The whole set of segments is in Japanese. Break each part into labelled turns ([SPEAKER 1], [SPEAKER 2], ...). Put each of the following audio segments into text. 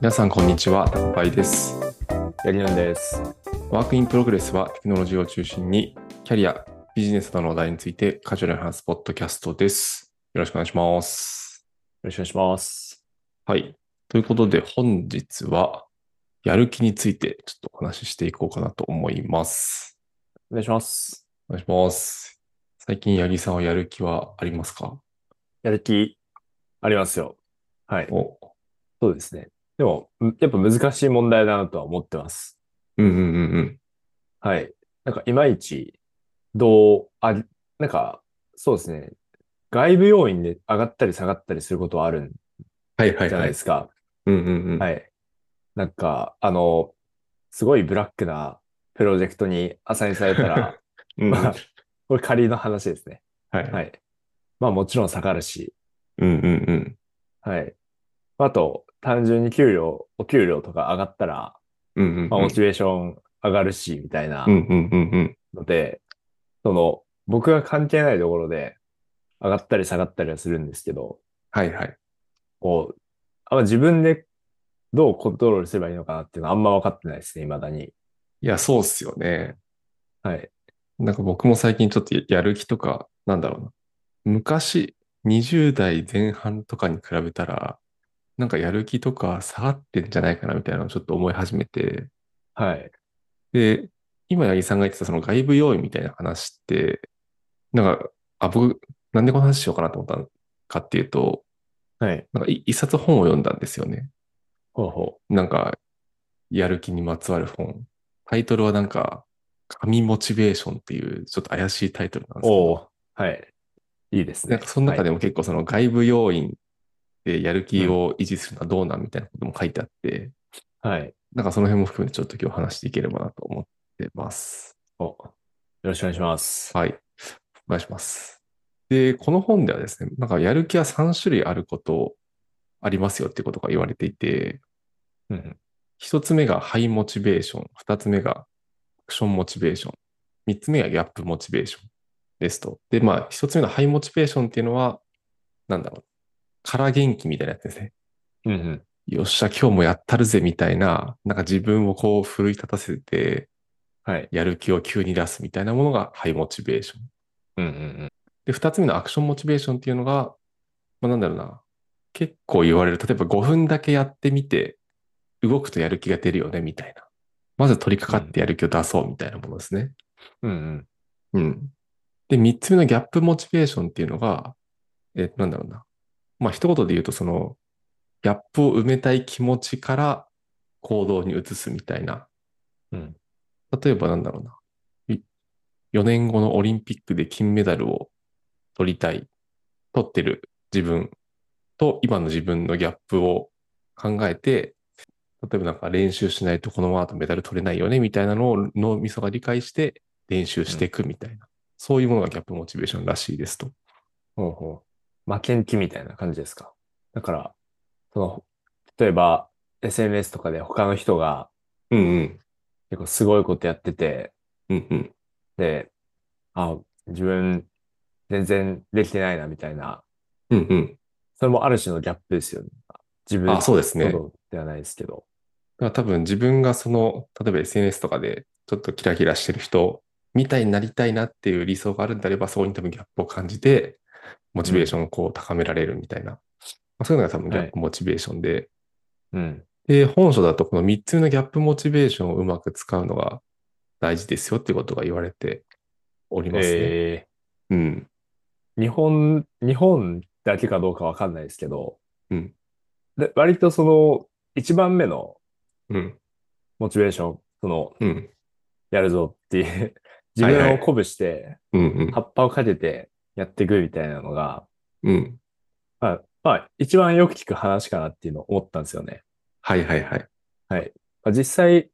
[SPEAKER 1] 皆さんこんにちは、タコパイです。
[SPEAKER 2] ヤギなんです。
[SPEAKER 1] ワークインプログレスはテクノロジーを中心にキャリア、ビジネスなどの話題についてカジュアルに話すポッドキャストです。よろしくお願いします。
[SPEAKER 2] よろしくお願いします。
[SPEAKER 1] はい。ということで本日はやる気についてちょっとお話ししていこうかなと思います。
[SPEAKER 2] お願いします。
[SPEAKER 1] お願いします。最近八木さんはやる気はありますか
[SPEAKER 2] やる気ありますよ。はい。
[SPEAKER 1] お
[SPEAKER 2] そうですね。でも、んやっぱ難しい問題だなとは思ってます。
[SPEAKER 1] うんうんうんうん。
[SPEAKER 2] はい。なんか、いまいち、どう、あ、なんか、そうですね。外部要因で上がったり下がったりすることはあるん
[SPEAKER 1] はいはい
[SPEAKER 2] じゃな
[SPEAKER 1] はいい
[SPEAKER 2] で。すか。
[SPEAKER 1] うんうんうん。
[SPEAKER 2] はい。なんか、あの、すごいブラックなプロジェクトにアサインされた ら、
[SPEAKER 1] うんうん
[SPEAKER 2] まあ、これ仮の話ですね。
[SPEAKER 1] はい
[SPEAKER 2] はい。まあ、もちろん下がるし、
[SPEAKER 1] うんうんうん。
[SPEAKER 2] はい。あと、単純に給料、お給料とか上がったら、
[SPEAKER 1] うんうんうん。
[SPEAKER 2] まあ、モチベーション上がるし、みたいな
[SPEAKER 1] うんうんうんうん。
[SPEAKER 2] ので、その、僕が関係ないところで、上がったり下がったりはするんですけど、
[SPEAKER 1] はいはい。
[SPEAKER 2] こう、あんま自分でどうコントロールすればいいのかなっていうのはあんま分かってないですね、未だに。
[SPEAKER 1] いや、そうっすよね。
[SPEAKER 2] はい。
[SPEAKER 1] なんか僕も最近ちょっとやる気とか、なんだろうな。昔、20代前半とかに比べたら、なんかやる気とか下がってんじゃないかなみたいなのをちょっと思い始めて、
[SPEAKER 2] はい。
[SPEAKER 1] で、今八木さんが言ってたその外部要因みたいな話って、なんか、あ、僕、なんでこの話しようかなと思ったのかっていうと、
[SPEAKER 2] はい。
[SPEAKER 1] なんかい一冊本を読んだんですよね。
[SPEAKER 2] ほうほ
[SPEAKER 1] なんか、やる気にまつわる本。タイトルはなんか、神モチベーションっていう、ちょっと怪しいタイトルなんです
[SPEAKER 2] う。
[SPEAKER 1] け
[SPEAKER 2] お
[SPEAKER 1] ど、
[SPEAKER 2] おはい。いいですね。
[SPEAKER 1] なんかその中
[SPEAKER 2] はい
[SPEAKER 1] でも結構その外部要因でやる気を維持するのはどうなんみたいなことも書いてあって、
[SPEAKER 2] はい。
[SPEAKER 1] なんかその辺も含めてちょっと今日話していければなと思ってます。
[SPEAKER 2] お、よろしくお願いします。
[SPEAKER 1] はい。お願いします。で、この本ではですね、なんかやる気は3種類あること、ありますよってことが言われていて、
[SPEAKER 2] うん。
[SPEAKER 1] 一つ目がハイモチベーション、二つ目がアクションモチベーション、三つ目がギャップモチベーションですと。で、まあ、一つ目のハイモチベーションっていうのは、なんだろう、空元気みたいなやつですね。
[SPEAKER 2] うんうん。
[SPEAKER 1] よっしゃ、今日もやったるぜみたいな、なんか自分をこう奮い立たせて、
[SPEAKER 2] はい。
[SPEAKER 1] やる気を急に出すみたいなものがハイモチベーション。
[SPEAKER 2] うんうんうん。
[SPEAKER 1] で、二つ目のアクションモチベーションっていうのが、まあ、なんだろうな、結構言われる、例えば5分だけやってみて、動くとやる気が出るよね、みたいな。まず取り掛かってやる気を出そうみたいなものですね。
[SPEAKER 2] うんうん。
[SPEAKER 1] うん。で、三つ目のギャップモチベーションっていうのが、え、なんだろうな。まあ、一言で言うと、その、ギャップを埋めたい気持ちから行動に移すみたいな。
[SPEAKER 2] うん。
[SPEAKER 1] 例えばなんだろうな。4年後のオリンピックで金メダルを取りたい。取ってる自分と今の自分のギャップを考えて、例えばなんか練習しないとこのままだとメダル取れないよねみたいなのを脳みそが理解して練習していくみたいな。そういうものがギャップモチベーションらしいですと。
[SPEAKER 2] ほうほう。負けん気みたいな感じですか。だから、その、例えば SNS とかで他の人が
[SPEAKER 1] うんうん。
[SPEAKER 2] 結構すごいことやってて、
[SPEAKER 1] うんうん。
[SPEAKER 2] で、あ、自分全然できてないなみたいな、
[SPEAKER 1] うん
[SPEAKER 2] それもある種のギャップですよね。自
[SPEAKER 1] うん。
[SPEAKER 2] 分
[SPEAKER 1] あ、そうですね。
[SPEAKER 2] ほどではないですけど。
[SPEAKER 1] だから多分自分がその、例えば SNS とかでちょっとキラキラしてる人みたいになりたいなっていう理想があるんであれば、そこに多分ギャップを感じて、モチベーションをこう高められるみたいな。まあそういうのが多分ギャップモチベーションで。
[SPEAKER 2] うん。
[SPEAKER 1] で、本書だとこの3つのギャップモチベーションをうまく使うのが大事ですよっていうことが言われておりますね。
[SPEAKER 2] え
[SPEAKER 1] うん。
[SPEAKER 2] ー日本、日本だけかどうかわかんないですけど、
[SPEAKER 1] うん
[SPEAKER 2] で、割とその、一番目の
[SPEAKER 1] うん。
[SPEAKER 2] モチベーション、その、
[SPEAKER 1] うん。
[SPEAKER 2] やるぞっていう、 自
[SPEAKER 1] はいはい
[SPEAKER 2] 分を鼓舞して、
[SPEAKER 1] うん。うん
[SPEAKER 2] 葉。っぱをかけてやっていくみたいなのが、
[SPEAKER 1] うん。
[SPEAKER 2] まあ、まあ、一番よく聞く話かなっていうのを思ったんですよね。
[SPEAKER 1] はいはいはい。
[SPEAKER 2] まあ、実際、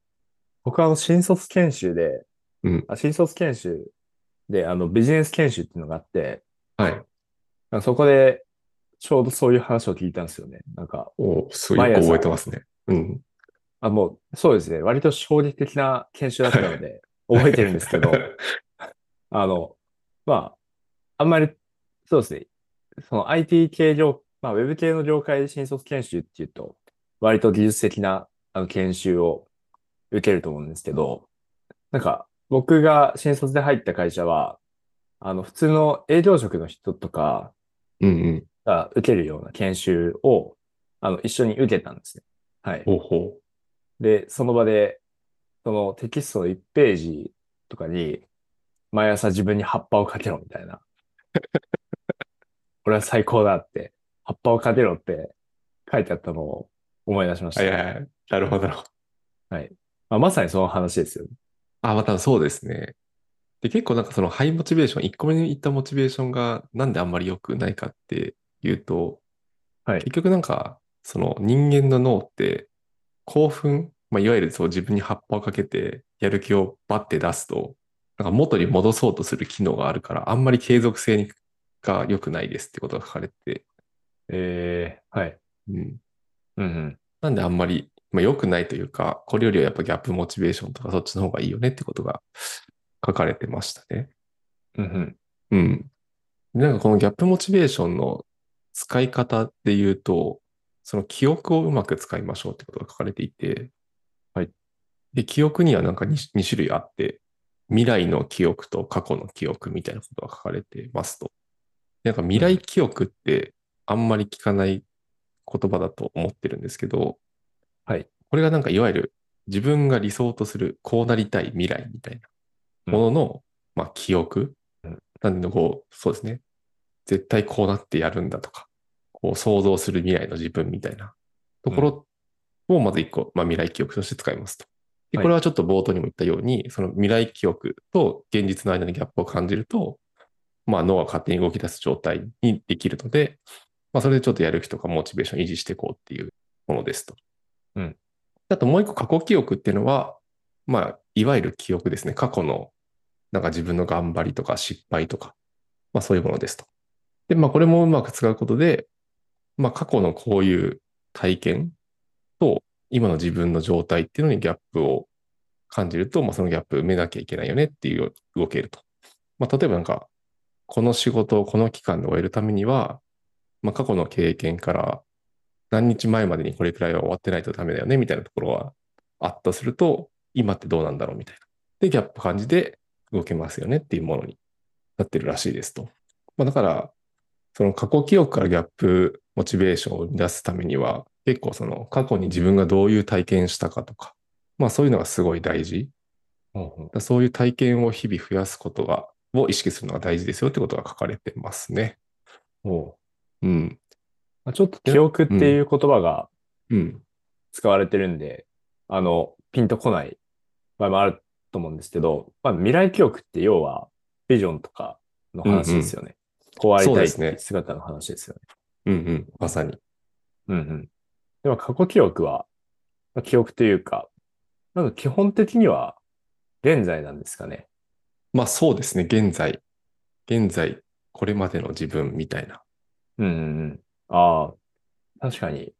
[SPEAKER 2] 僕はあの新卒研修で、
[SPEAKER 1] うん
[SPEAKER 2] あ新卒研修であのビジネス研修っていうのがあって、
[SPEAKER 1] はい。
[SPEAKER 2] なんかそこでちょうどそういう話を聞いたんですよね。なんか、
[SPEAKER 1] おーすごいよく覚えてますね。うん。
[SPEAKER 2] あもうそうですね、割と衝撃的な研修だったので、覚えてるんです けど、あの、まあ、あんまり、そうですね、その IT 系業、まあ、ウェブ系の業界で新卒研修っていうと、割と技術的なあの研修を受けると思うんですけど、なんか僕が新卒で入った会社は、あの普通の営業職の人とか
[SPEAKER 1] うんうん。
[SPEAKER 2] が受けるような研修をあの一緒に受けたんですね。はい。
[SPEAKER 1] ほうほ
[SPEAKER 2] で、その場で、そのテキストの1ページとかに、毎朝自分に葉っぱをかけろみたいな。俺は最高だって、葉っぱをかけろって書いてあったのを思い出しまし
[SPEAKER 1] う。はい
[SPEAKER 2] た。
[SPEAKER 1] はいはい。なるほどなるほど。
[SPEAKER 2] まあ、まさにその話ですよね。
[SPEAKER 1] あ、またそうですね。で、結構なんかそのハイモチベーション、1個目に言ったモチベーションがなんであんまり良くないかっていうと、
[SPEAKER 2] はい
[SPEAKER 1] 結。局なんか、その人間の脳って興奮、まあ、いわゆるそう自分に葉っぱをかけてやる気をバッて出すと、なんか元に戻そうとする機能があるから、あんまり継続性が良くないですってことが書かれてて、
[SPEAKER 2] えー、はい。
[SPEAKER 1] うん、
[SPEAKER 2] うんうん。
[SPEAKER 1] なんであんまり、まあ、良くないというか、これよりはやっぱギャップモチベーションとかそっちの方がいいよねってことが書かれてましたね。
[SPEAKER 2] うんう
[SPEAKER 1] う
[SPEAKER 2] ん。
[SPEAKER 1] ん。なんかこのギャップモチベーションの使い方で言うと、その記憶をうまく使いましょうってことが書かれていて、
[SPEAKER 2] はい。
[SPEAKER 1] で、記憶にはなんか 2, 2種類あって、未来の記憶と過去の記憶みたいなことが書かれてますと。なんか未来記憶ってあんまり聞かない言葉だと思ってるんですけど、
[SPEAKER 2] はい。
[SPEAKER 1] これがなんかいわゆる自分が理想とするこうなりたい未来みたいなものの、まあ記憶
[SPEAKER 2] うん。
[SPEAKER 1] なんでこう、そうですね。絶対こうなってやるんだとか、こう想像する未来の自分みたいなところをまず一個、まあ未来記憶として使いますと。で、
[SPEAKER 2] はい
[SPEAKER 1] これはちょっと冒頭にも言ったように、その未来記憶と現実の間のギャップを感じると、まあ脳が勝手に動き出す状態にできるので、まあそれでちょっとやる気とかモチベーション維持していこうっていうものですと。
[SPEAKER 2] うん。
[SPEAKER 1] あともう一個過去記憶っていうのは、まあいわゆる記憶ですね。過去のなんか自分の頑張りとか失敗とか、まあそういうものですと。で、まあこれもうまく使うことで、まあ過去のこういう体験と今の自分の状態っていうのにギャップを感じると、まあそのギャップ埋めなきゃいけないよねっていう動けると。まあ例えばなんか、この仕事をこの期間で終えるためには、まあ過去の経験から何日前までにこれくらいは終わってないとダメだよねみたいなところはあったとすると、今ってどうなんだろうみたいな。で、ギャップ感じで動けますよねっていうものになってるらしいですと。まあ、だから、その過去記憶からギャップ、モチベーションを生み出すためには、結構その過去に自分がどういう体験したかとか、まあそういうのがすごい大事。
[SPEAKER 2] ほうほう
[SPEAKER 1] だからそういう体験を日々増やすことが、を意識するのが大事ですよってことが書かれてますね。
[SPEAKER 2] ほう
[SPEAKER 1] うん。
[SPEAKER 2] まあ、ちょっと記憶っていう言葉が
[SPEAKER 1] うん。
[SPEAKER 2] 使われてるんで、あの、ピンとこない場合もあると思うんですけど、まあ、未来記憶って要は、ビジョンとかの話ですよね。こうあり
[SPEAKER 1] そう
[SPEAKER 2] たい
[SPEAKER 1] で
[SPEAKER 2] っ
[SPEAKER 1] すね
[SPEAKER 2] て姿の話ですよね。
[SPEAKER 1] うんうん。まさに。
[SPEAKER 2] うんうん。でも過去記憶は、まあ記憶というか、なんか基本的には現在なんですかね。
[SPEAKER 1] まあそうですね。現在。現在、これまでの自分みたいな。
[SPEAKER 2] うんうんうん。ああ、確かに。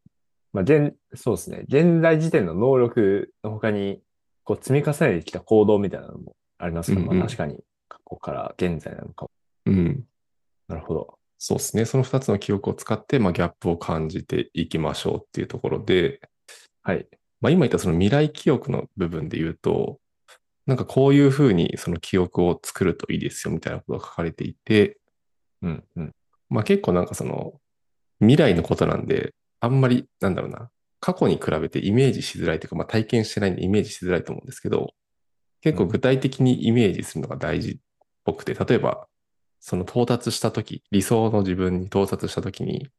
[SPEAKER 2] まあ、現、そうですね。現在時点の能力の他に、こう積み重ねてきた行動みたいなのもありますから、
[SPEAKER 1] うんう
[SPEAKER 2] まあ
[SPEAKER 1] ん
[SPEAKER 2] 確かに過去から現在なのかも。
[SPEAKER 1] うん。
[SPEAKER 2] なるほど。
[SPEAKER 1] そうですね。その2つの記憶を使って、まあ、ギャップを感じていきましょうっていうところで、
[SPEAKER 2] はい。
[SPEAKER 1] まあ、今言ったその未来記憶の部分で言うと、なんかこういうふうにその記憶を作るといいですよみたいなことが書かれていて、
[SPEAKER 2] うんうん。
[SPEAKER 1] まあ、結構なんかその未来のことなんで、あんまりなんだろうな、過去に比べてイメージしづらいというか、まあ、体験してないんでイメージしづらいと思うんですけど、結構具体的にイメージするのが大事っぽくて、例えば、その到達した時理想の自分に到達した時に、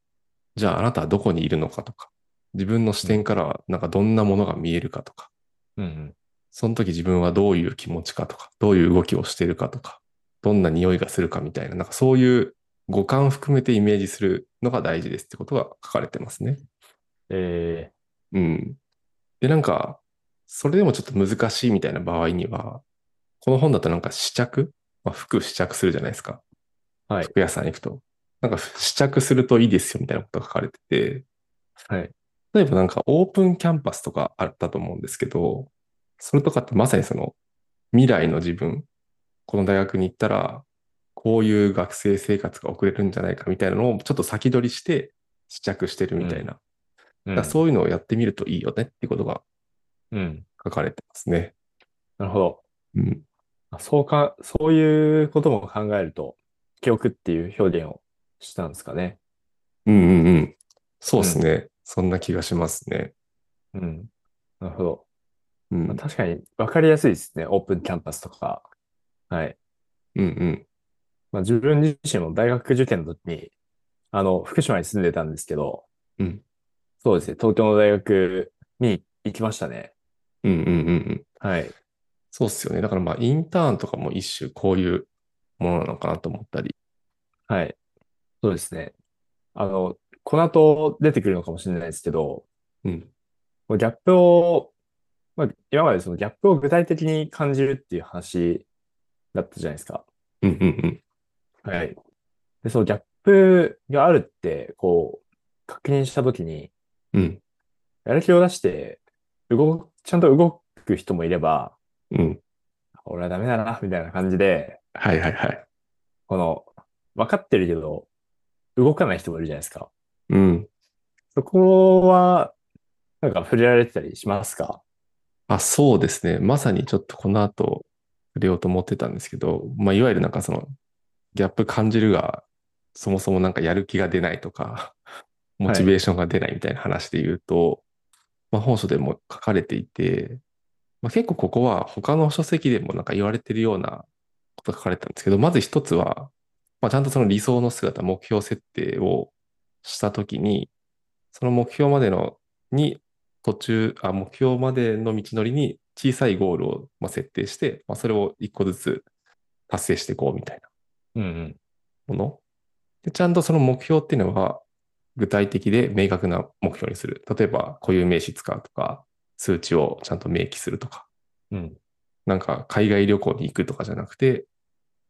[SPEAKER 1] じゃああなたはどこにいるのかとか、自分の視点からはなんかどんなものが見えるかとか、
[SPEAKER 2] うんうん。
[SPEAKER 1] その時自分はどういう気持ちかとか、どういう動きをしてるかとか、どんな匂いがするかみたいな、なんかそういう五感含めてイメージするのが大事ですってことが書かれてますね。
[SPEAKER 2] え
[SPEAKER 1] うん。で、なんか、それでもちょっと難しいみたいな場合には、この本だとなんか試着、まあ、服試着するじゃないですか。
[SPEAKER 2] はい
[SPEAKER 1] 服屋さん行くと。なんか試着するといいですよみたいなことが書かれてて、
[SPEAKER 2] ー、はい。
[SPEAKER 1] 例えばなんかオープンキャンパスとかあったと思うんですけど、それとかってまさにその未来の自分、この大学に行ったら、こういう学生生活が送れるんじゃないかみたいなのをちょっと先取りして試着してるみたいな
[SPEAKER 2] うん
[SPEAKER 1] だからそういうのをやってみるといいよねってことが
[SPEAKER 2] うん。
[SPEAKER 1] 書かれてますね。
[SPEAKER 2] なるほど。
[SPEAKER 1] うん。
[SPEAKER 2] あそうか、そういうことも考えると、記憶っていう表現をしたんですかね。
[SPEAKER 1] うんうんうん。そうですね、そんな気がしますね。
[SPEAKER 2] うん。なるほど。
[SPEAKER 1] うん。う
[SPEAKER 2] まあ
[SPEAKER 1] ん
[SPEAKER 2] 確かに分かりやすいですね。オープンキャンパスとか。はい。
[SPEAKER 1] うん。
[SPEAKER 2] まあ、自分自身も大学受験の時に、あの、福島に住んでたんですけど、
[SPEAKER 1] うん。
[SPEAKER 2] そうですね。東京の大学に行きましたね。
[SPEAKER 1] うんうんうんうん。
[SPEAKER 2] はい。
[SPEAKER 1] そうっすよね。だからまあ、インターンとかも一種こういうものなのかなと思ったり。
[SPEAKER 2] はい。そうですね。あの、この後出てくるのかもしれないですけど、
[SPEAKER 1] うん。
[SPEAKER 2] もうギャップを、まあ、今までそのギャップを具体的に感じるっていう話だったじゃないですか。
[SPEAKER 1] うんうん
[SPEAKER 2] はい。で、そのギャップがあるって、こう、確認した時に、
[SPEAKER 1] うん。うん。
[SPEAKER 2] やる気を出して、動く、ちゃんと動く人もいれば、
[SPEAKER 1] うん。
[SPEAKER 2] 俺はダメだな、みたいな感じで、
[SPEAKER 1] はいはいはい。
[SPEAKER 2] この、分かってるけど、動かない人もいるじゃないですか。
[SPEAKER 1] うん。
[SPEAKER 2] そこは、なんか触れられてたりしますか
[SPEAKER 1] あ、そうですね。まさにちょっとこの後触れようと思ってたんですけど、まあ、いわゆるなんかその、ギャップ感じるが、そもそもなんかやる気が出ないとか、 モチベーションが出ないみたいな話で言うと、まあ、本書でも書かれていて、まあ、結構ここは他の書籍でもなんか言われてるようなことが書かれてたんですけど、まず一つは、まあ、ちゃんとその理想の姿、目標設定をしたときに、その目標までのに途中、あ、目標までの道のりに小さいゴールをまあ設定して、まあ、それを一個ずつ達成していこうみたい
[SPEAKER 2] うん
[SPEAKER 1] なもの。で、ちゃんとその目標っていうのは具体的で明確な目標にする。例えば固有名詞使うとか、数値をちゃんと明記するとか、
[SPEAKER 2] うん。うん。
[SPEAKER 1] なんか海外旅行に行くとかじゃなくて、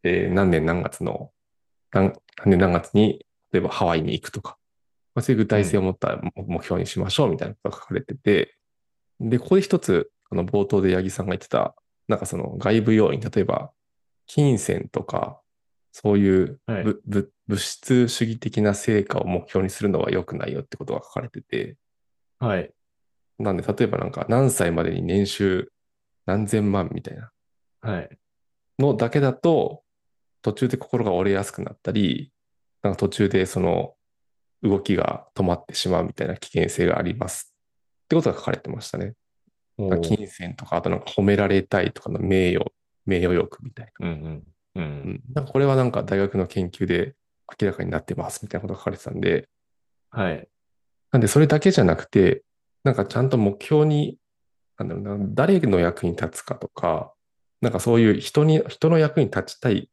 [SPEAKER 1] えー何年何月の、何何年何月に、例えばハワイに行くとか、まあ、そういう具体性を持ったも目標にしましょうみたいなことが書かれてて、で、ここで一つ、あの冒頭で八木さんが言ってた、なんかその外部要因、例えば金銭とか、そういうぶ、
[SPEAKER 2] はい
[SPEAKER 1] ぶ物質主義的な成果を目標にするのは良くないよってことが書かれてて、
[SPEAKER 2] はい。
[SPEAKER 1] なんで、例えばなんか何歳までに年収何千万みたいな
[SPEAKER 2] はい。
[SPEAKER 1] のだけだと、途中で心が折れやすくなったり、なんか途中でその動きが止まってしまうみたいな危険性があります。ってことが書かれてましたね。
[SPEAKER 2] お
[SPEAKER 1] なんか
[SPEAKER 2] ー
[SPEAKER 1] 金銭とか、あとなんか褒められたいとかの名誉、名誉欲みたい
[SPEAKER 2] うんうん。う
[SPEAKER 1] な。
[SPEAKER 2] ん。
[SPEAKER 1] なんかこれはなんか大学の研究で明らかになってますみたいなことが書かれてたんで、
[SPEAKER 2] はい。
[SPEAKER 1] なんで、それだけじゃなくて、なんかちゃんと目標に、なんだろうな、誰の役に立つかとか、なんかそういう人に、人の役に立ちたい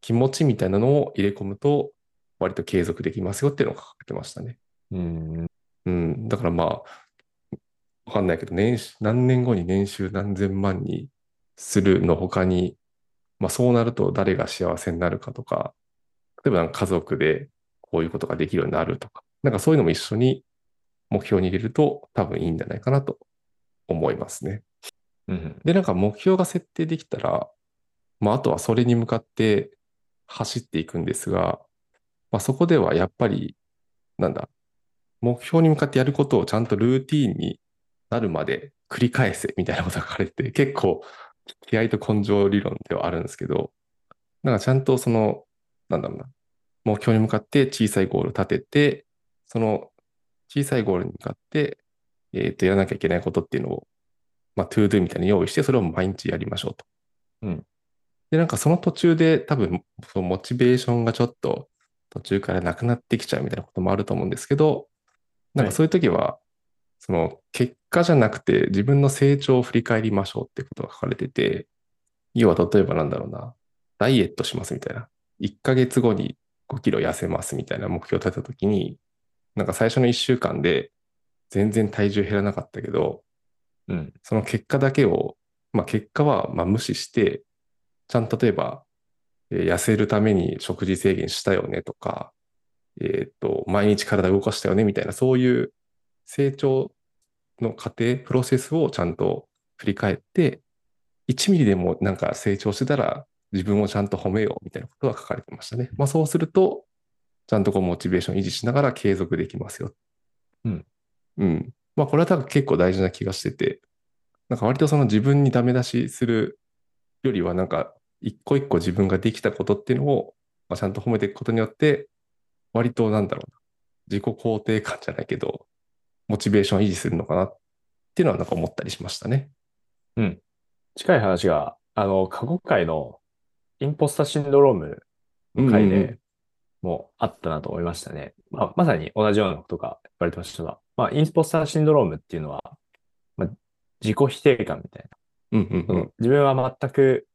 [SPEAKER 1] 気持ちみたいなのを入れ込むと、割と継続できますよっていうのを書かれてましたね。
[SPEAKER 2] うん。
[SPEAKER 1] うん。だからまあ、わかんないけど、年収、何年後に年収何千万にするの他に、まあそうなると誰が幸せになるかとか、例えばなんか家族でこういうことができるようになるとか、なんかそういうのも一緒に目標に入れると多分いいんじゃないかなと思いますね。
[SPEAKER 2] うん。
[SPEAKER 1] で、なんか目標が設定できたら、まあ、あとはそれに向かって走っていくんですが、まあ、そこではやっぱり、なんだ、目標に向かってやることをちゃんとルーティーンになるまで繰り返せみたいなことが書かれてて、結構気合と根性理論ではあるんですけど、なんかちゃんとその、なんだろうな、目標に向かって小さいゴールを立てて、その小さいゴールに向かって、えっと、やらなきゃいけないことっていうのをまあ、トゥードゥみたいに用意して、それを毎日やりましょうと。
[SPEAKER 2] うん
[SPEAKER 1] で、なんかその途中で多分、そのモチベーションがちょっと途中からなくなってきちゃうみたいなこともあると思うんですけど、なんかそういう時は、その結果じゃなくて自分の成長を振り返りましょうってことが書かれてて、要は例えばなんだろうな、ダイエットしますみたいな。1ヶ月後に5キロ痩せますみたいな目標を立てた時に、なんか最初の1週間で全然体重減らなかったけど、
[SPEAKER 2] うん。
[SPEAKER 1] その結果だけを、まあ、結果はまあ無視して、ちゃんと例えば、えー痩せるために食事制限したよねとか、えーっと、毎日体動かしたよねみたいな、そういう成長の過程、プロセスをちゃんと振り返って、1ミリでもなんか成長してたら、自分をちゃんと褒めようみたいなことが書かれてましたね。まあそうすると、ちゃんとこうモチベーション維持しながら継続できますよ。
[SPEAKER 2] うん
[SPEAKER 1] うん。まあこれは多分結構大事な気がしてて、なんか割とその自分にダメ出しするよりは、なんか一個一個自分ができたことっていうのを、まあ、ちゃんと褒めていくことによって、割となんだろうな、自己肯定感じゃないけど、モチベーションを維持するのかなっていうのはなんか思ったりしましたね。
[SPEAKER 2] 近い話が、あの、過去回のインポスターシンドロームの回
[SPEAKER 1] うんうんう
[SPEAKER 2] でもあったなと思いましたね。まあ、まさに同じようなことが言われてましたが、まあ、インポスターシンドロームっていうのは、まあ、自己否定感みたいな。
[SPEAKER 1] うん
[SPEAKER 2] そ
[SPEAKER 1] うんう
[SPEAKER 2] の
[SPEAKER 1] ん。
[SPEAKER 2] 自分は全く、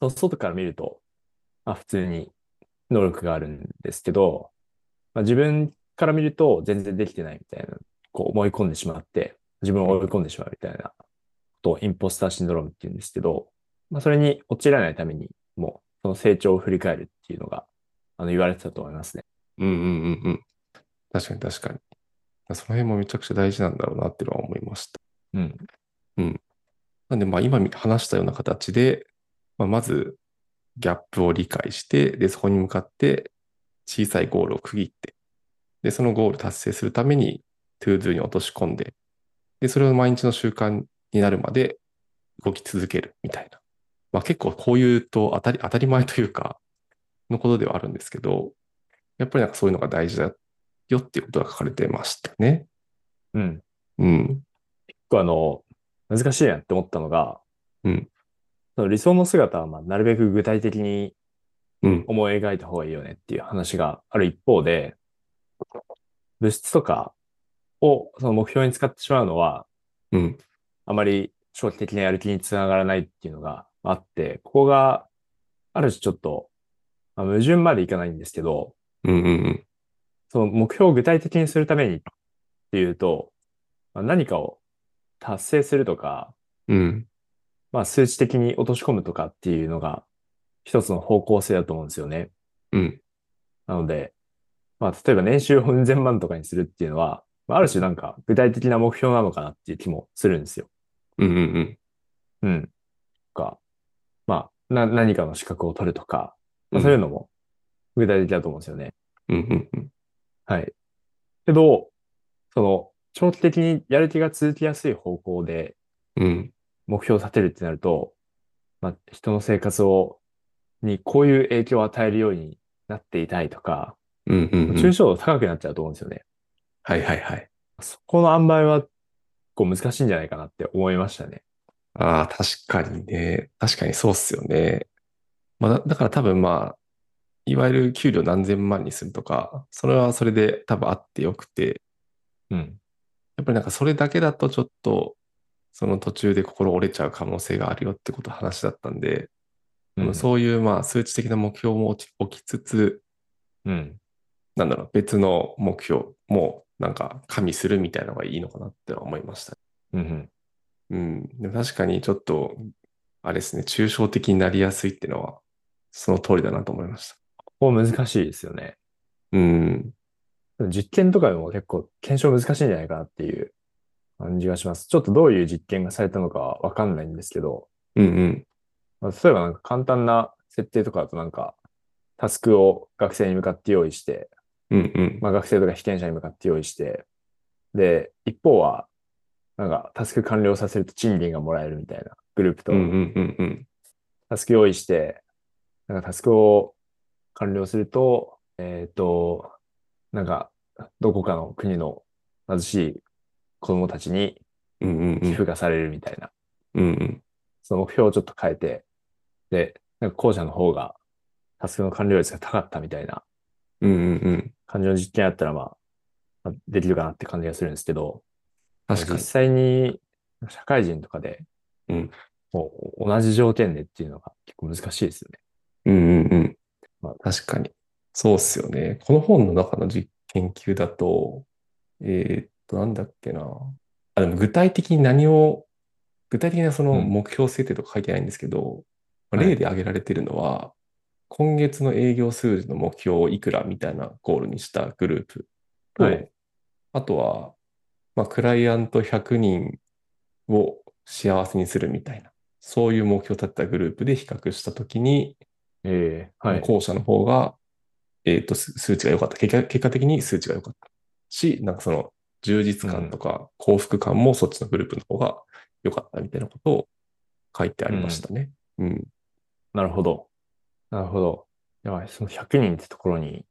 [SPEAKER 2] そ外から見ると、まあ、普通に能力があるんですけど、まあ、自分から見ると全然できてないみたいな、こう思い込んでしまって、自分を追い込んでしまうみたいなことをインポスターシンドロームって言うんですけど、まあ、それに陥らないために、もうその成長を振り返るっていうのが、あの、言われてたと思いますね。
[SPEAKER 1] うんうんうんうん。確かに確かに。その辺もめちゃくちゃ大事なんだろうなっていうのは思いました。
[SPEAKER 2] うん。
[SPEAKER 1] なんで、まあ今話したような形で、まあ、まずギャップを理解して、で、そこに向かって小さいゴールを区切って、で、そのゴール達成するために ToDo に落とし込んで、で、それを毎日の習慣になるまで動き続けるみたいな。まあ結構こういうと当たり、当たり前というか、のことではあるんですけど、やっぱりなんかそういうのが大事だよっていうことが書かれてましたね。
[SPEAKER 2] うん。
[SPEAKER 1] うん。
[SPEAKER 2] 結構あの、難しいなって思ったのが、
[SPEAKER 1] うん
[SPEAKER 2] その理想の姿は、まあ、なるべく具体的に
[SPEAKER 1] うん。
[SPEAKER 2] 思い描いた方がいいよねっていう話がある一方で、物質とかをその目標に使ってしまうのは、
[SPEAKER 1] うん。
[SPEAKER 2] あまり長期的なやる気につながらないっていうのがあって、ここが、ある種ちょっと、まあ、矛盾までいかないんですけど、
[SPEAKER 1] うんうんうん。
[SPEAKER 2] その目標を具体的にするためにっていうと、まあ何かを達成するとか、
[SPEAKER 1] うん。
[SPEAKER 2] まあ、数値的に落とし込むとかっていうのが一つの方向性だと思うんですよね。
[SPEAKER 1] うん。
[SPEAKER 2] なので、まあ、例えば年収を0 0万とかにするっていうのは、まあ、ある種なんか具体的な目標なのかなっていう気もするんですよ。
[SPEAKER 1] うんうんうん。
[SPEAKER 2] うん。とか、まあ、な、何かの資格を取るとか、ま
[SPEAKER 1] う
[SPEAKER 2] あ、
[SPEAKER 1] ん
[SPEAKER 2] そういうのも具体的だと思うんですよね。
[SPEAKER 1] うんうんうん。
[SPEAKER 2] はい。けど、その、長期的にやる気が続きやすい方向で
[SPEAKER 1] うん。
[SPEAKER 2] 目標を立てるってなると、まあ、人の生活を、にこういう影響を与えるようになっていたいとか、
[SPEAKER 1] うんうんうん。
[SPEAKER 2] 抽象度高くなっちゃうと思うんですよね。
[SPEAKER 1] はいはいはい。
[SPEAKER 2] そこの塩梅は、こう難しいんじゃないかなって思いましたね。
[SPEAKER 1] ああ、確かにね。確かにそうっすよね。まあ、だだから多分まあ、いわゆる給料何千万にするとか、それはそれで多分あってよくて、
[SPEAKER 2] うん。
[SPEAKER 1] やっぱりなんかそれだけだとちょっと、その途中で心折れちゃう可能性があるよってこと話だったんで、あの
[SPEAKER 2] うん。
[SPEAKER 1] そういうまあ数値的な目標も置き置きつつ、
[SPEAKER 2] うん。
[SPEAKER 1] なんだろう、別の目標もなんか加味するみたいなのがいいのかなって思いました。
[SPEAKER 2] うんう
[SPEAKER 1] う
[SPEAKER 2] ん。
[SPEAKER 1] ん、でも確かにちょっと、あれですね、抽象的になりやすいっていうのは、その通りだなと思いました。
[SPEAKER 2] ここ難しいですよね。
[SPEAKER 1] うん、
[SPEAKER 2] 実験とかでも結構検証難しいんじゃないかなっていう感じがします。ちょっとどういう実験がされたのかはわかんないんですけど、
[SPEAKER 1] うん、うん、
[SPEAKER 2] まあ、例えばなんか簡単な設定とかだとなんか、タスクを学生に向かって用意して、
[SPEAKER 1] うん、うん、
[SPEAKER 2] まあ、学生とか被験者に向かって用意して、で、一方は、なんかタスク完了させると賃金がもらえるみたいなグループと
[SPEAKER 1] うん、うん、うん、うん、
[SPEAKER 2] タスク用意して、なんかタスクを完了すると、えっ、と、なんか、どこかの国の貧しい子供たちに
[SPEAKER 1] うん、うん、
[SPEAKER 2] 寄付がされるみたいな
[SPEAKER 1] うん、うん、
[SPEAKER 2] その目標をちょっと変えて、で、なんか後者の方が、タスクの完了率が高かったみたいな
[SPEAKER 1] うん、うん、
[SPEAKER 2] 感じの実験だったら、まあ、まあできるかなって感じがするんですけど、
[SPEAKER 1] 確か
[SPEAKER 2] 実
[SPEAKER 1] に。
[SPEAKER 2] 際に社会人とかで、
[SPEAKER 1] うん
[SPEAKER 2] もう同じ条件でっていうのが結構難しいですよね。
[SPEAKER 1] うん、うん、うん
[SPEAKER 2] まあ。
[SPEAKER 1] 確かに。そうっすよね。この本の中の実研究だと、えーっと、なんだっけな。あ、でも具体的に何を、具体的なその
[SPEAKER 2] うん
[SPEAKER 1] 目標設定とか書いてないんですけど、まあ
[SPEAKER 2] はい
[SPEAKER 1] 例で挙げられてるのは、今月の営業数字の目標をいくらみたいなゴールにしたグループと、
[SPEAKER 2] はい
[SPEAKER 1] あとは、まあ、クライアント100人を幸せにするみたいな、そういう目標を立てたグループで比較したときに、
[SPEAKER 2] ええはい。
[SPEAKER 1] 後者の方が、えっ、と、す数値が良かった。結果結果的に数値が良かった。し、なんかその、充実感とか幸福感もそっちのグループの方が良かったみたいなことを書いてありましたね。うん。
[SPEAKER 2] なるほど。なるほど。やばい、その100人ってところに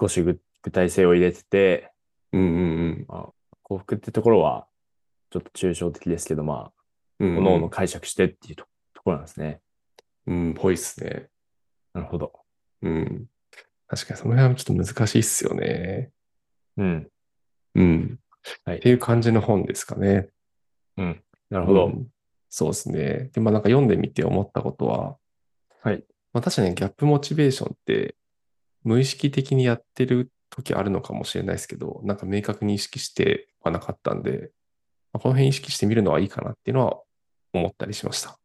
[SPEAKER 2] 少し具具体性を入れてて、
[SPEAKER 1] うんうん
[SPEAKER 2] 幸福ってところはちょっと抽象的ですけど、ま
[SPEAKER 1] うん。う
[SPEAKER 2] あ、
[SPEAKER 1] ん
[SPEAKER 2] 各々解釈してっていうとところなんですね。
[SPEAKER 1] うん、ぽいっすね。
[SPEAKER 2] なるほど。
[SPEAKER 1] うん。確かにその辺はちょっと難しいっすよね。
[SPEAKER 2] うん。
[SPEAKER 1] うん。
[SPEAKER 2] はい
[SPEAKER 1] っていう感じの本ですかね。
[SPEAKER 2] なる
[SPEAKER 1] な
[SPEAKER 2] ほど。
[SPEAKER 1] そうですね。で、まあなんか読んでみて思ったことは、
[SPEAKER 2] はい。
[SPEAKER 1] まあ確かにギャップモチベーションって無意識的にやってる時あるのかもしれないですけど、なんか明確に意識してはなかったんで、まあ、この辺意識してみるのはいいかなっていうのは思ったりしました。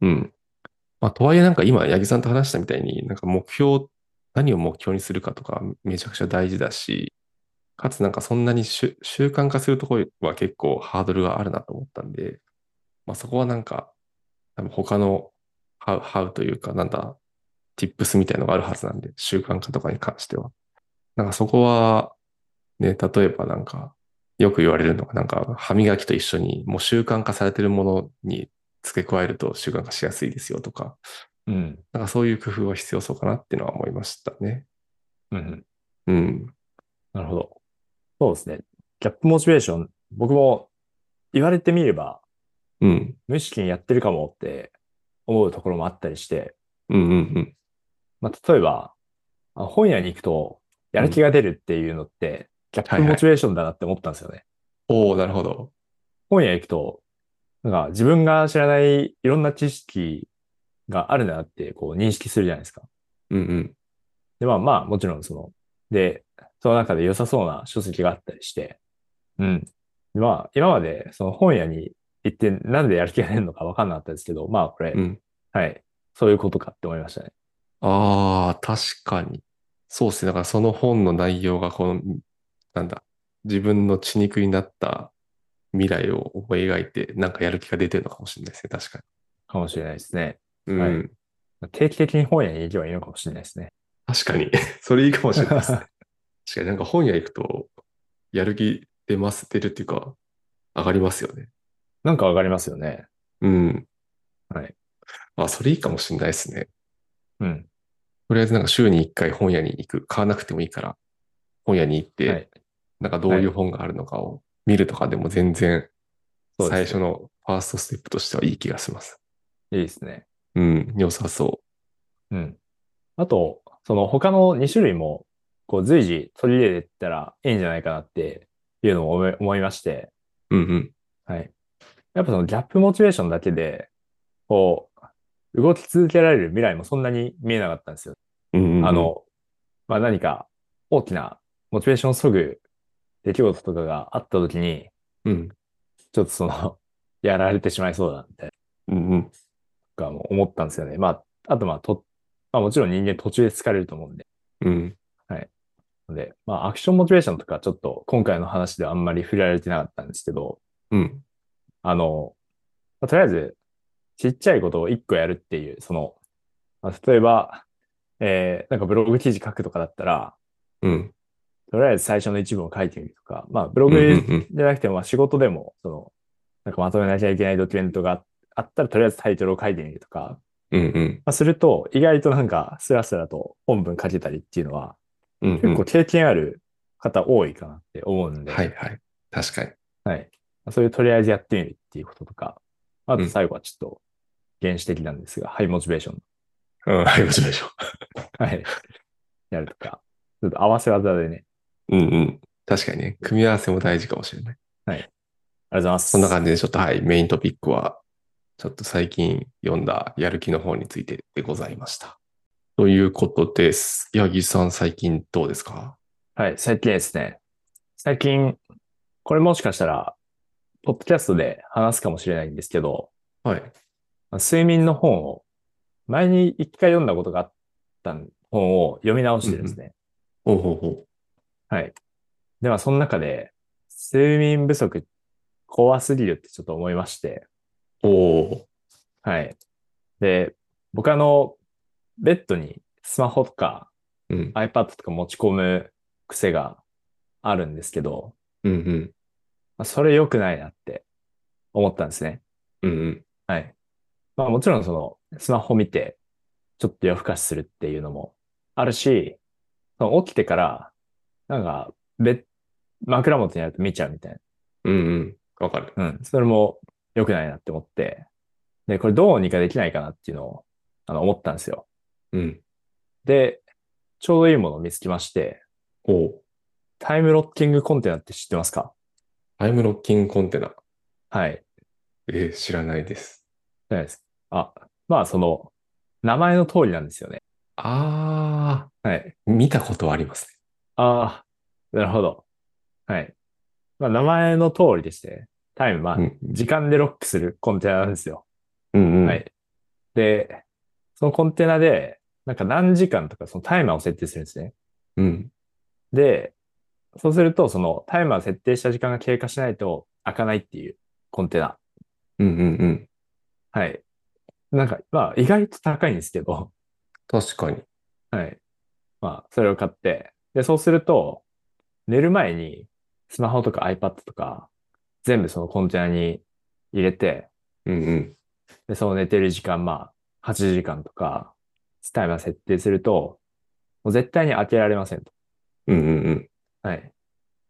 [SPEAKER 1] うん。まあとはいえなんか今、八木さんと話したみたいに、なんか目標、何を目標にするかとかめちゃくちゃ大事だし、かつなんかそんなに習習慣化するところは結構ハードルがあるなと思ったんで、まあ、そこはなんか、多分他のハウ、ハウというか、なんだ、ティップスみたいのがあるはずなんで、習慣化とかに関しては。なんかそこは、ね、例えばなんか、よく言われるのが、なんか、歯磨きと一緒に、もう習慣化されてるものに付け加えると習慣化しやすいですよとか、
[SPEAKER 2] うん。
[SPEAKER 1] なんかそういう工夫は必要そうかなっていうのは思いましたね。
[SPEAKER 2] うんうん。
[SPEAKER 1] うん。
[SPEAKER 2] なるほど。そうですね。ギャップモチベーション、僕も言われてみれば、
[SPEAKER 1] うん。
[SPEAKER 2] 無意識にやってるかもって思うところもあったりして、
[SPEAKER 1] うんうんうん。
[SPEAKER 2] まあ、例えば、あ本屋に行くと、やる気が出るっていうのって、ギャッ
[SPEAKER 1] はい
[SPEAKER 2] プ
[SPEAKER 1] はい
[SPEAKER 2] モチベーションだなって思ったんですよね。
[SPEAKER 1] おおなるほど。
[SPEAKER 2] 本屋行くと、なんか自分が知らないいろんな知識があるなってこう認識するじゃないですか。
[SPEAKER 1] うんうん。
[SPEAKER 2] で、まあまあ、もちろんその、で、その中で良さそうな書籍があったりして、うん。でまあ、今までその本屋に行ってなんでやる気が出るのか分かんなかったですけど、まあこれ、
[SPEAKER 1] うん。
[SPEAKER 2] はい、そういうことかって思いましたね。
[SPEAKER 1] ああ、確かに。そうですね。だからその本の内容がこの、なんだ、自分の血肉になった未来を思い描いて、なんかやる気が出てるのかもしれないですね。確か
[SPEAKER 2] かもしれないですね。
[SPEAKER 1] に。
[SPEAKER 2] はい
[SPEAKER 1] うん。
[SPEAKER 2] 定期的に本屋に行けばいいのかもしれないですね。
[SPEAKER 1] 確かに。 それいいかもしれないですね。 確かになんか本屋行くと、やる気出ます、出るっていうか、上がりますよね。
[SPEAKER 2] なんか上がりますよね。
[SPEAKER 1] うん。
[SPEAKER 2] はい。
[SPEAKER 1] あ、それいいかもしれないですね。
[SPEAKER 2] うん。
[SPEAKER 1] とりあえずなんか週に1回本屋に行く。買わなくてもいいから、本屋に行って、
[SPEAKER 2] はい。
[SPEAKER 1] なんかどういう本があるのかを見るとかでも全然
[SPEAKER 2] そう
[SPEAKER 1] 最
[SPEAKER 2] です
[SPEAKER 1] 初のファーストステップとしてはいい気がします。
[SPEAKER 2] ね。いいですね。
[SPEAKER 1] うん、良さそ
[SPEAKER 2] うん。あと、その他の2種類も、こう随時取り入れていったらいいんじゃないかなっていうのを思い思いまして、
[SPEAKER 1] う。うんうん。
[SPEAKER 2] はい。やっぱそのギャップモチベーションだけで、こう、動き続けられる未来もそんなに見えなかったんですよ。
[SPEAKER 1] うんうんうん
[SPEAKER 2] あ、の、まあ、何か大きなモチベーションを削ぐ出来事とかがあった時に、
[SPEAKER 1] うん、
[SPEAKER 2] ちょっとその、 やられてしまいそうだなみたいな
[SPEAKER 1] うんうん。
[SPEAKER 2] かも思ったんですよね。まあ、あとまあと、まあもちろん人間途中で疲れると思うんで。
[SPEAKER 1] うん、
[SPEAKER 2] で、まあアクションモチベーションとかちょっと今回の話ではあんまり触れられてなかったんですけど、
[SPEAKER 1] うん、
[SPEAKER 2] あの、まあ、とりあえずちっちゃいことを一個やるっていう、その、まあ、例えば、えーなんかブログ記事書くとかだったら、
[SPEAKER 1] うん、
[SPEAKER 2] とりあえず最初の一文を書いてみるとか、まあブロ
[SPEAKER 1] うん、う
[SPEAKER 2] グ
[SPEAKER 1] ん、
[SPEAKER 2] じゃなくてもまあ仕事でも、その、なんかまとめなきゃいけないドキュメントがああったらとりあえずタイトルを書いてみるとか、
[SPEAKER 1] うん、うん、
[SPEAKER 2] まあ、すると、意外となんか、スラスラと本文書けたりっていうのは、
[SPEAKER 1] うん、う
[SPEAKER 2] 結
[SPEAKER 1] ん
[SPEAKER 2] 構。経験ある方多いかなって思うんで、
[SPEAKER 1] はい、はい。確かに。
[SPEAKER 2] はい。まあそれとりあえずやってみるっていうこととか、あ
[SPEAKER 1] う
[SPEAKER 2] と
[SPEAKER 1] ん
[SPEAKER 2] 最後はちょっと原始的なんですが、ハイモチベーション。
[SPEAKER 1] うん、はい、もちろんでしょ
[SPEAKER 2] はい。やるとか、ちょっと合わせ技でね。
[SPEAKER 1] う。うん、うん。確かにね、組み合わせも大事かもしれない。
[SPEAKER 2] ありがとうございます。
[SPEAKER 1] そんな感じで、ちょっとはい、メイントピックは、ちょっと最近読んだやる気の方についてでございました。ということです。八木さん、最近どうですか
[SPEAKER 2] はい、最近ですね。最近、これもしかしたら、ポッドキャストで話すかもしれないんですけど、
[SPEAKER 1] はい。
[SPEAKER 2] まあ睡眠の本を、前に一回読んだことがあった本を読み直してですね。
[SPEAKER 1] ほうほうほ
[SPEAKER 2] はい。では、その中で、睡眠不足怖すぎるってちょっと思いまして。
[SPEAKER 1] う。おー。
[SPEAKER 2] はい。で、僕あの、ベッドにスマホとか
[SPEAKER 1] うん。
[SPEAKER 2] iPad とか持ち込む癖があるんですけど、
[SPEAKER 1] うんうん。
[SPEAKER 2] まあそれ良くないなって思ったんですね。
[SPEAKER 1] うんうん。
[SPEAKER 2] はい。まあもちろんそのスマホ見てちょっと夜更かしするっていうのもあるし、その起きてからなんかベッ枕元にあると見ちゃうみたい
[SPEAKER 1] うんうん。わかる。
[SPEAKER 2] な。うん。それも良くないなって思って、で、これどうにかできないかなっていうのをあの思ったんですよ。
[SPEAKER 1] うん。
[SPEAKER 2] で、ちょうどいいものを見つけまして、
[SPEAKER 1] おう
[SPEAKER 2] タイムロッキングコンテナって知ってますか
[SPEAKER 1] タイムロッキングコンテナ。
[SPEAKER 2] はい。
[SPEAKER 1] えー、知らないです。
[SPEAKER 2] じゃないです。あ、まあその、名前の通りなんですよね。
[SPEAKER 1] あ
[SPEAKER 2] はい。
[SPEAKER 1] ー、見たことはあります
[SPEAKER 2] ああ、なるほど。はい。まあ、名前の通りでして、タイム、まあ、
[SPEAKER 1] ね。
[SPEAKER 2] 時間でロックするコンテナなんですよ。
[SPEAKER 1] うん。うんうん。
[SPEAKER 2] は。い。で、そのコンテナで、なんか何時間とか、そのタイマーを設定するんですね。
[SPEAKER 1] うん。
[SPEAKER 2] で、そうすると、そのタイマー設定した時間が経過しないと開かないっていうコンテナ。
[SPEAKER 1] うんうんうん。
[SPEAKER 2] はい。なんか、まあ、意外と高いんですけど、
[SPEAKER 1] 確かに。
[SPEAKER 2] はい。まあ、それを買って。で、そうすると、寝る前に、スマホとか iPad とか、全部そのコンテナに入れて、
[SPEAKER 1] うんうん。
[SPEAKER 2] で、その寝てる時間、まあ、8時間とか、タイマー設定すると、もう絶対に開けられませんと。
[SPEAKER 1] うんうんうん。
[SPEAKER 2] はい。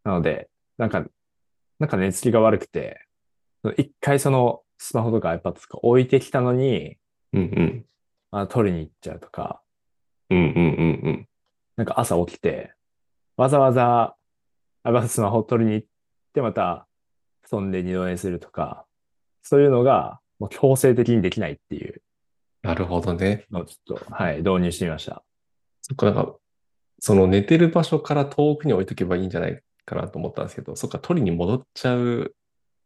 [SPEAKER 2] なので、なんか、なんか寝つきが悪くて、その一回そのスマホとか iPad とか置いてきたのに、
[SPEAKER 1] うんうん。
[SPEAKER 2] まあ、取りに行っちゃうとか、
[SPEAKER 1] うんうんうんうん。
[SPEAKER 2] なんか朝起きて、わざわざ、あ、まずスマホ取りに行って、また、布団で二度寝するとか、そういうのが、もう強制的にできないっていう
[SPEAKER 1] なるほどね。
[SPEAKER 2] のをちょっと、はい、導入してみました。
[SPEAKER 1] そっか、なんか、その寝てる場所から遠くに置いとけばいいんじゃないかなと思ったんですけど、そっか、取りに戻っちゃう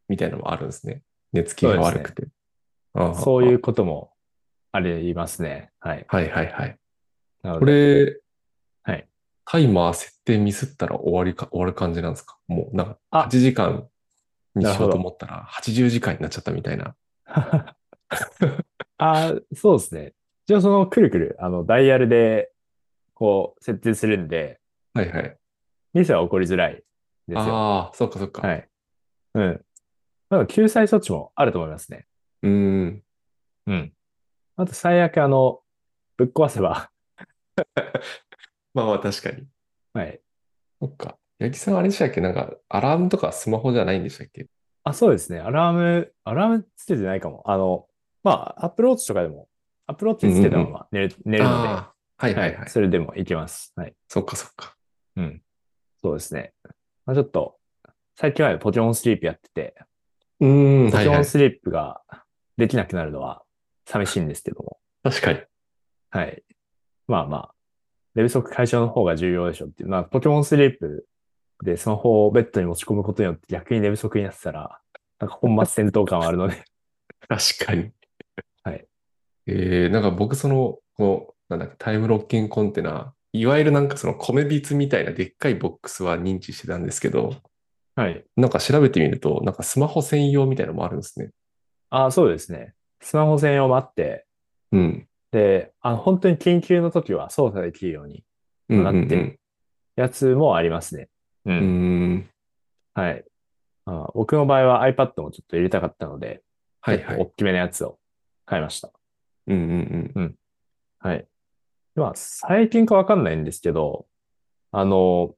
[SPEAKER 1] みたいなのもあるんですね。寝つきが悪くて。ああ
[SPEAKER 2] そういう。こともありますね。はい。
[SPEAKER 1] はいはいはい。
[SPEAKER 2] なの
[SPEAKER 1] こ
[SPEAKER 2] で、
[SPEAKER 1] れ、
[SPEAKER 2] はい。
[SPEAKER 1] タイマー設定ミスったら終わりか、終わる感じなんですかもう、なんか、
[SPEAKER 2] あ
[SPEAKER 1] 8時間にしよう
[SPEAKER 2] なるほ
[SPEAKER 1] と
[SPEAKER 2] ど
[SPEAKER 1] 思ったら、80時間になっちゃったみたいな。
[SPEAKER 2] あ、そうですね。一応その、くるくる、あの、ダイヤルで、こう、設定するんで、
[SPEAKER 1] はいはい。
[SPEAKER 2] ミスは起こりづらいですよ。
[SPEAKER 1] ああ、そっかそっか。
[SPEAKER 2] はい。うん。なんか救済措置もあると思いますね。
[SPEAKER 1] うーん。
[SPEAKER 2] うん。あと最悪、あの、ぶっ壊せば、
[SPEAKER 1] まあまあ確かに。
[SPEAKER 2] はい。
[SPEAKER 1] そっか。八木さんあれでしたっけなんか、アラームとかスマホじゃないんでしたっけ
[SPEAKER 2] あ、そうですね。アラーム、アラームつけてないかも。あの、まあ、アップローチとかでも、アップローチつけたまま寝る、寝るので、
[SPEAKER 1] ああ、はいはいはい。
[SPEAKER 2] それでもいけます。はい。
[SPEAKER 1] そっかそっか。
[SPEAKER 2] うん。そうですね。まあ、ちょっと、最近までポケモンスリープやってて、
[SPEAKER 1] うーん、
[SPEAKER 2] ポ
[SPEAKER 1] は
[SPEAKER 2] ケ
[SPEAKER 1] い
[SPEAKER 2] モ
[SPEAKER 1] は
[SPEAKER 2] ン
[SPEAKER 1] い。
[SPEAKER 2] スリープができなくなるのは寂しいんですけども、
[SPEAKER 1] 確かに。
[SPEAKER 2] はい。まあまあ、寝不足解消の方が重要でしょっていう。まあ、ポケモンスリープでスマホをベッドに持ち込むことによって逆に寝不足になってたら、なんか本末転倒感はある ので。
[SPEAKER 1] 確かに。
[SPEAKER 2] はい。
[SPEAKER 1] えー、なんか僕その、この、なんだっけ、タイムロッキングコンテナ、いわゆるなんかその米びつみたいなでっかいボックスは認知してたんですけど、
[SPEAKER 2] はい。
[SPEAKER 1] なんか調べてみると、なんかスマホ専用みたいなのもあるんですね。
[SPEAKER 2] ああ、そうですね。スマホ専用もあって、
[SPEAKER 1] うん。
[SPEAKER 2] で、あの、本当に緊急の時は操作できるように、
[SPEAKER 1] うんうん、
[SPEAKER 2] な
[SPEAKER 1] う
[SPEAKER 2] って
[SPEAKER 1] ん。
[SPEAKER 2] やつもありますね。う。
[SPEAKER 1] うんーん。
[SPEAKER 2] はい。あー僕の場合は iPad もちょっと入れたかったので、
[SPEAKER 1] はいは
[SPEAKER 2] 結構
[SPEAKER 1] い。
[SPEAKER 2] 大きめなやつを買いました。
[SPEAKER 1] うんうんうん。
[SPEAKER 2] はい。まあ、最近かわかんないんですけど、あの、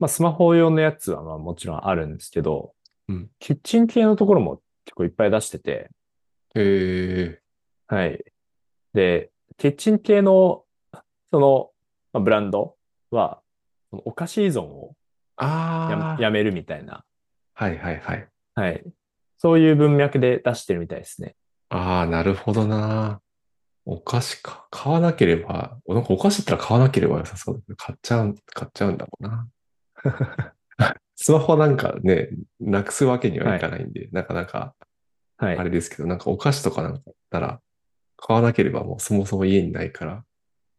[SPEAKER 2] まあ、スマホ用のやつはまあもちろんあるんですけど、
[SPEAKER 1] うん
[SPEAKER 2] キッチン系のところも結構いっぱい出してて、
[SPEAKER 1] え
[SPEAKER 2] はい。で、キッチン系の、その、まあ、ブランドは、そのお菓子依存を
[SPEAKER 1] ー、
[SPEAKER 2] や
[SPEAKER 1] あー。
[SPEAKER 2] やめるみたいな、
[SPEAKER 1] はいはいはい。
[SPEAKER 2] はい。そういう文脈で出してるみたいですね。
[SPEAKER 1] ああ、なるほどな。お菓子か。買わなければ、なんかお菓子だったら買わなければ良さそうだけど、買っちゃうん、買っちゃうんだろうな。 スマホなんかね、なくすわけにはいかないんで、なかなか
[SPEAKER 2] は
[SPEAKER 1] あ
[SPEAKER 2] い。
[SPEAKER 1] れですけど、なんかお菓子とかなんかだったら、買わなければもうそもそも家にないから、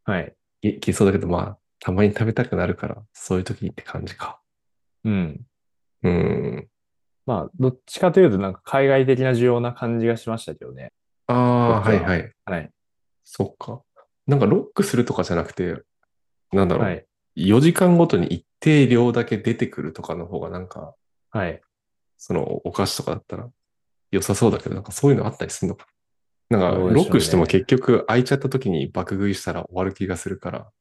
[SPEAKER 2] はい。
[SPEAKER 1] い消えそうだけど、まあ、たまに食べたくなるから、そういう時にって感じか。
[SPEAKER 2] うん。
[SPEAKER 1] うーん。
[SPEAKER 2] まあ、どっちかというと、なんか海外的な需要な感じがしましたけどね。
[SPEAKER 1] ああ、
[SPEAKER 2] そ
[SPEAKER 1] は
[SPEAKER 2] っ
[SPEAKER 1] い
[SPEAKER 2] か
[SPEAKER 1] はい。
[SPEAKER 2] はい。
[SPEAKER 1] そっか。なんかロックするとかじゃなくて、なんだろう。
[SPEAKER 2] はい。
[SPEAKER 1] 4時間ごとに一定量だけ出てくるとかの方がなんか、
[SPEAKER 2] はい。
[SPEAKER 1] そのお菓子とかだったら良さそうだけど、なんかそういうのあったりするのか。なんか、
[SPEAKER 2] どうでしょう
[SPEAKER 1] ロ
[SPEAKER 2] ね
[SPEAKER 1] ックしても結局開いちゃった時に爆食いしたら終わる気がするから、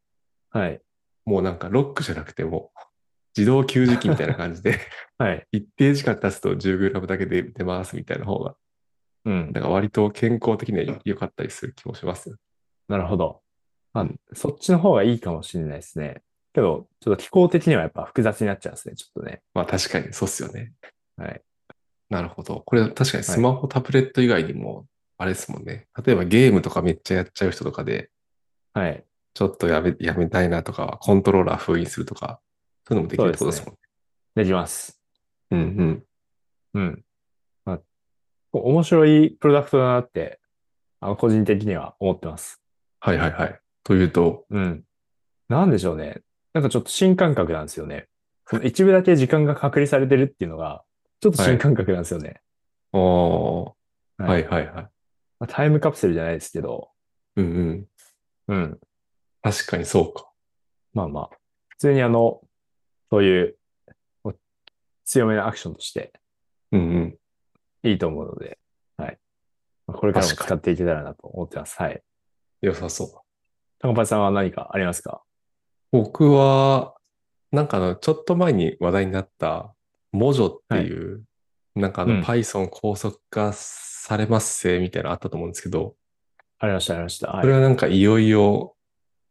[SPEAKER 2] はい。
[SPEAKER 1] もうなんかロックじゃなくてもう自動給餌器みたいな感じで、
[SPEAKER 2] はい。
[SPEAKER 1] 一定時間経つと 10g だけで出ますみたいな方が、
[SPEAKER 2] うん。
[SPEAKER 1] なんか割と健康的には良かったりする気もしますよ。
[SPEAKER 2] なるほど。まあ
[SPEAKER 1] うん
[SPEAKER 2] そっちの方がいいかもしれないですね。けど、ちょっと気候的にはやっぱ複雑になっちゃうんですね、ちょっとね。
[SPEAKER 1] まあ確かにそうっすよね。
[SPEAKER 2] はい。
[SPEAKER 1] なるほど。これ確かにスマホ、タブレット以外にも、あれですもんね。例えばゲームとかめっちゃやっちゃう人とかで、
[SPEAKER 2] はい。
[SPEAKER 1] ちょっとやめ、やめたいなとか、コントローラー封印するとか、そういうのもできるってことですもんね。
[SPEAKER 2] できます。
[SPEAKER 1] うんうん。
[SPEAKER 2] うん。まあ、こう面白いプロダクトだなって、あの、個人的には思ってます。
[SPEAKER 1] はいはいはい。というと、
[SPEAKER 2] うん。なんでしょうね。なんかちょっと新感覚なんですよね。その一部だけ時間が隔離されてるっていうのが、ちょっと新感覚なんですよね。
[SPEAKER 1] おー、
[SPEAKER 2] は
[SPEAKER 1] はいいはいはい。
[SPEAKER 2] まあタイムカプセルじゃないですけど、
[SPEAKER 1] うんうん。
[SPEAKER 2] うん。
[SPEAKER 1] 確かにそうか。
[SPEAKER 2] まあまあ、普通にあの、そういうこう強めなアクションとして
[SPEAKER 1] うんうん。
[SPEAKER 2] いいと思うので、はい。まあこれからも
[SPEAKER 1] 確かに
[SPEAKER 2] 使っていけたらなと思ってます。はい。
[SPEAKER 1] 良さそう。
[SPEAKER 2] 高橋さんは何かありますか
[SPEAKER 1] 僕は、なんかあの、ちょっと前に話題になった、モジョっていう、なんかあ
[SPEAKER 2] うん
[SPEAKER 1] の、Python 高速化されますせみたいなのあったと思うんですけど、
[SPEAKER 2] ありました、ありました。は
[SPEAKER 1] これ
[SPEAKER 2] い。
[SPEAKER 1] はなんかいよいよ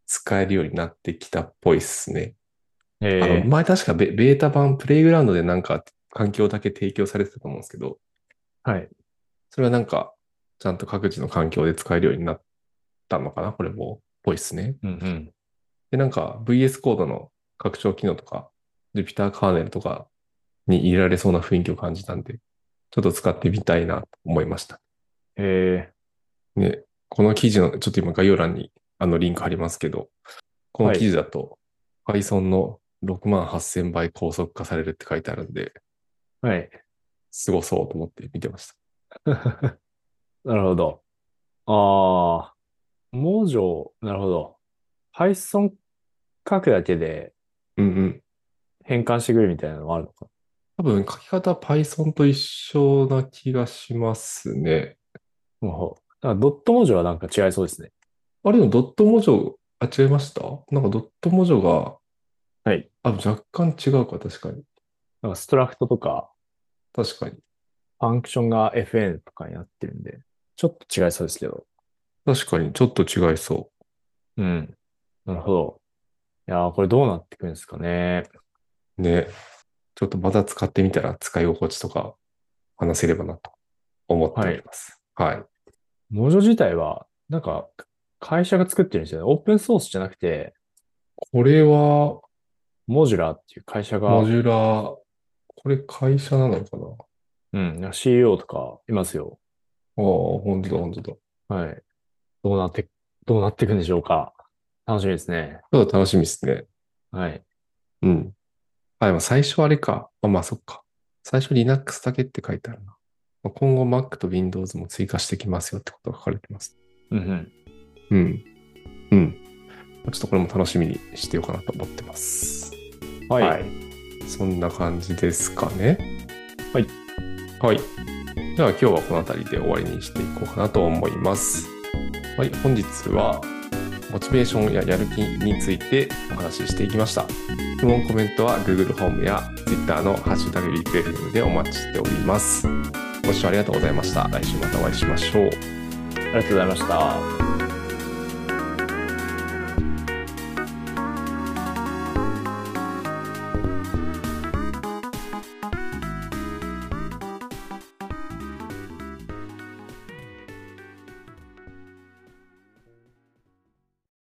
[SPEAKER 1] 使えるようになってきたっぽいっすね。
[SPEAKER 2] え
[SPEAKER 1] あの、
[SPEAKER 2] ー
[SPEAKER 1] 前確かベ、ベータ版プレイグラウンドでなんか環境だけ提供されてたと思うんですけど、
[SPEAKER 2] はい。
[SPEAKER 1] それはなんかちゃんと各自の環境で使えるようになったのかなこれも、っぽいっすね。
[SPEAKER 2] うんうん。
[SPEAKER 1] で、なんか VS コードの拡張機能とか、Jupyter カーネルとかに入れられそうな雰囲気を感じたんで、ちょっと使ってみたいなと思いました。
[SPEAKER 2] え
[SPEAKER 1] ね、この記事の、ちょっと今概要欄にあのリンク貼りますけど、この記事だと Python の6万8000倍高速化されるって書いてあるんで、
[SPEAKER 2] ーはい。
[SPEAKER 1] すごそうと思って見てました。
[SPEAKER 2] なるほど。ああ、文字を、なるほど。Python 書くだけで
[SPEAKER 1] うんうん。
[SPEAKER 2] 変換してくるみたいなのもあるのか。
[SPEAKER 1] 多分書き方 Python と一緒な気がしますね。
[SPEAKER 2] もう、なんかドット文字はなんか違いそうですね。
[SPEAKER 1] あれのドット文字あ、違いましたなんかドット文字が、
[SPEAKER 2] はい。
[SPEAKER 1] あ、若干違うか、確かに。
[SPEAKER 2] なんかストラクトとか、
[SPEAKER 1] 確かに。
[SPEAKER 2] ファンクションが FN とかになってるんで、ちょっと違いそうですけど。
[SPEAKER 1] 確かに、ちょっと違いそ
[SPEAKER 2] うん。なるほど。いやー、これどうなってくるんですかね。
[SPEAKER 1] う。ね。ちょっとまた使ってみたら使い心地とか話せればなと思っております。はい。
[SPEAKER 2] 文字自体は、なんか、会社が作ってるんですよね。オープンソースじゃなくて、
[SPEAKER 1] これは、
[SPEAKER 2] モジュラーっていう会社が、
[SPEAKER 1] モジュラー、これ会社なのかなああ、
[SPEAKER 2] うん、なんか CEO とかいますよ。
[SPEAKER 1] 本当だ、本当だ。
[SPEAKER 2] はい。どうなって、どうなっていくんでしょうか。楽しみですね。
[SPEAKER 1] ただ楽しみですね。
[SPEAKER 2] はい。
[SPEAKER 1] うん。あ、でも最初あれか。あ、まあそっか。最初 Linux だけって書いてあるな。まあ今後 Mac と Windows も追加してきますよってことが書かれてます。
[SPEAKER 2] うんうん。
[SPEAKER 1] うん。うん。ちょっとこれも楽しみにしてようかなと思ってます。
[SPEAKER 2] はい。
[SPEAKER 1] そんな感じですかね。
[SPEAKER 2] はい。
[SPEAKER 1] はい。じゃあ今日はこの辺りで終わりにしていこうかなと思います。はい。本日は、モチベーションややる気についてお話ししていきました。質問、コメントは Google ホームや Twitter のハッシュタグリクエフムでお待ちしております。ご視聴ありがとうございました。来週またお会いしましょう。
[SPEAKER 2] ありがとうございました。